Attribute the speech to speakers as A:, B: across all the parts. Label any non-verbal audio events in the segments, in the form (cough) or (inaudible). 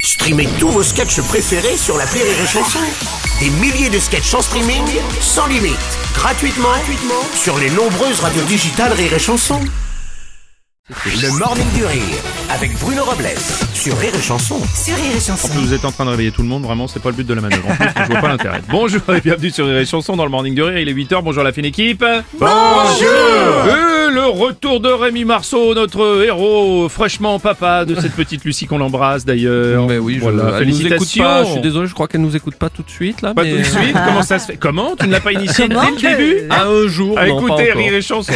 A: Streamez tous vos sketchs préférés sur la Rire et Chanson. Des milliers de sketchs en streaming, sans limite, gratuitement, gratuitement sur les nombreuses radios digitales Rire et Chanson. Le Morning du Rire avec Bruno Robles sur Rire et Chanson.
B: En plus, vous êtes en train de réveiller tout le monde, vraiment, c'est pas le but de la manœuvre. En plus, je vois pas l'intérêt. (laughs) Bonjour et bienvenue sur Rire et Chanson dans le Morning de Rire. Il est 8h, bonjour la fine équipe. Bonjour Et le retour de Rémi Marceau, notre héros fraîchement papa de cette petite Lucie qu'on l'embrasse d'ailleurs.
C: Mais oui, je,
B: Voilà,
C: elle nous écoute
B: félicitations.
C: pas. Je suis désolé, je crois qu'elle nous écoute pas tout de suite là.
B: Pas
C: mais-
B: tout
C: (laughs)
B: de suite, comment ça se fait Comment Tu ne l'as pas initié dès le début
C: À un jour.
B: à
C: non, pas
B: écouter
C: encore.
B: Rire
C: (laughs)
B: et Chanson.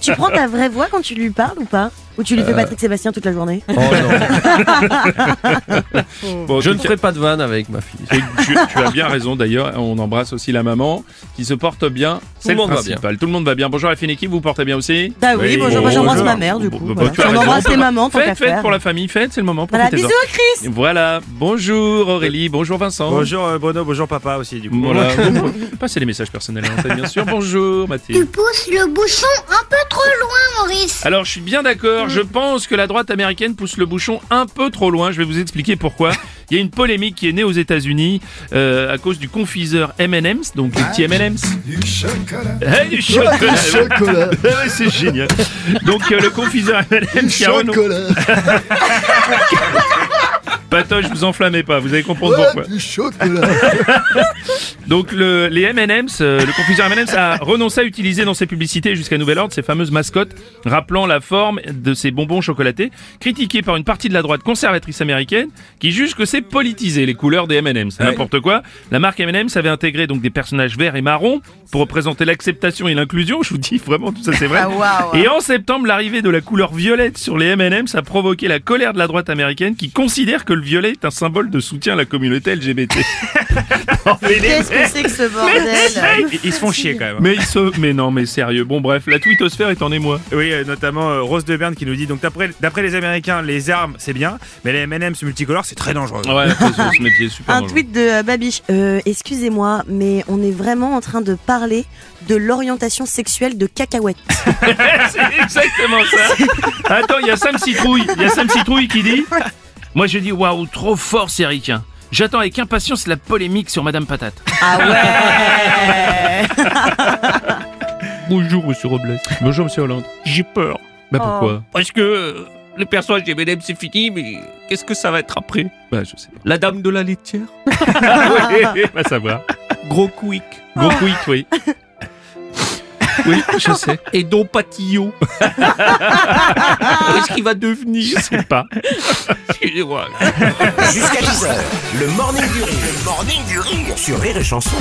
D: Tu prends ta vraie voix quand tu lui parles ou pas Ou tu lui
B: Euh,
D: fais Patrick Sébastien toute la journée Ah
C: Oh,
B: (laughs)
C: non.
B: Bon, en
C: Je
B: tout
C: ne ferai pas de vanne avec ma fille.
B: Et tu, tu as bien raison d'ailleurs, on embrasse aussi la maman qui se porte bien, c'est
C: le
B: le
C: monde va
B: principal. Tout le monde va bien. Bonjour la fine équipe, vous vous portez bien aussi
D: Bah oui, bonjour, moi, j'embrasse ma mère, du
B: Bon,
D: coup,
B: bah,
D: voilà.
B: tu as
D: On
B: raison.
D: embrasse les mamans, tant qu'à
B: Faites, faites
D: faire.
B: pour la famille, faites, c'est le moment.
D: Voilà,
B: profitez-en.
D: bisous Chris
B: Voilà, bonjour Aurélie, bonjour Vincent.
E: Bonjour euh, Bruno, bonjour papa aussi du coup.
B: Voilà, bon, passez les messages personnels à l'antenne, bien sûr. Bonjour
F: Tu
B: Mathilde.
F: pousses le bouchon un peu trop loin, Maurice.
B: Alors je suis bien d'accord, je pense que la droite américaine pousse le bouchon un peu trop loin, je vais vous expliquer pourquoi. Il y a une polémique qui est née aux États-Unis euh, à cause du confiseur M&M's, donc les petits M&M's.
G: Du chocolat.
B: Eh, du chocolat.
G: Du chocolat.
B: Ah (laughs) ouais, c'est génial. Donc euh, le confiseur M&M
G: Du
B: qui a renommé-
G: chocolat.
B: Patoche, Bah, vous enflammez pas, vous allez comprendre (laughs) pourquoi.
G: Ouais, du chocolat.
B: Donc le, les M&M's, euh, le confiseur M&M's a renoncé à utiliser dans ses publicités jusqu'à nouvel ordre ces fameuses mascottes rappelant la forme de ces bonbons chocolatés, critiqués par une partie de la droite conservatrice américaine qui juge que c'est politisé les couleurs des M&M's, c'est n'importe quoi. La marque M&M's avait intégré donc des personnages verts et marrons pour représenter l'acceptation et l'inclusion. Je vous dis vraiment tout ça c'est
D: Ah,
B: vrai. Et en septembre, l'arrivée de la couleur violette sur les M&M's a provoqué la colère de la droite américaine qui considère que le violet est un symbole de soutien à la communauté LGBT. Non, mais les
D: Qu'est-ce que c'est que ce bordel
B: mecs-
E: Ils, ils se font chier quand même.
B: Mais ils se... Mais non, mais sérieux. Bon, bref, la twittosphère est en émoi.
E: Oui, euh, notamment euh, Rose de Berne qui nous dit donc d'après d'après les Américains, les armes c'est bien, mais les M&M's multicolores c'est très dangereux.
B: Ouais, (laughs) faut se méfier, super
D: Un
B: dangereux.
D: tweet de euh, Babiche. Euh, Excusez-moi, mais on est vraiment en train de parler de l'orientation sexuelle de cacahuètes.
B: C'est exactement ça. Attends, il y a Sam Citrouille. Il y a Sam Citrouille qui dit Moi, je dis waouh, trop fort, ces ricains. J'attends avec impatience la polémique sur Madame Patate.
D: Ah ouais
B: Bonjour, monsieur Robles. Bonjour, monsieur Hollande. J'ai peur. Bah pourquoi
H: Parce que euh, le personnage des Madame c'est fini, mais qu'est-ce que ça va être après
B: Bah, je sais pas.
H: La dame de la laitière
B: Oui, va savoir.
H: Gros quick.
D: Oh.
B: Gros quick, oui. Oui, je sais.
H: (laughs) Et Don
B: (laughs)
H: Patillot Qu'est-ce qu'il va devenir
B: Je sais pas.
H: Excusez-moi.
A: Jusqu'à 10h, le Morning du Rire. Le Morning du Rire sur Rire et Chanson.